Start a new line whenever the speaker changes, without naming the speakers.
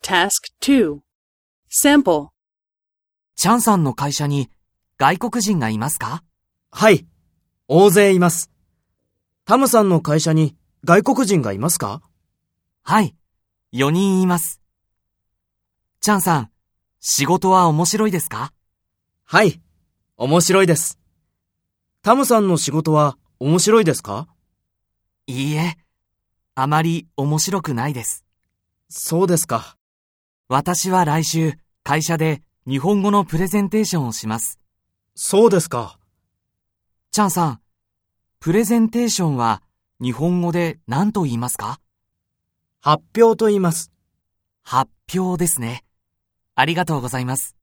Task 2 Sample
チャンさんの会社に外国人がいますか
はい、大勢います。タムさんの会社に外国人がいますか
はい、4人います。チャンさん、仕事は面白いですか
はい、面白いです。タムさんの仕事は面白いですか
いいえ、あまり面白くないです。
そうですか。
私は来週、会社で日本語のプレゼンテーションをします。
そうですか。
チャンさん、プレゼンテーションは日本語で何と言いますか
発表と言います。
発表ですね。ありがとうございます。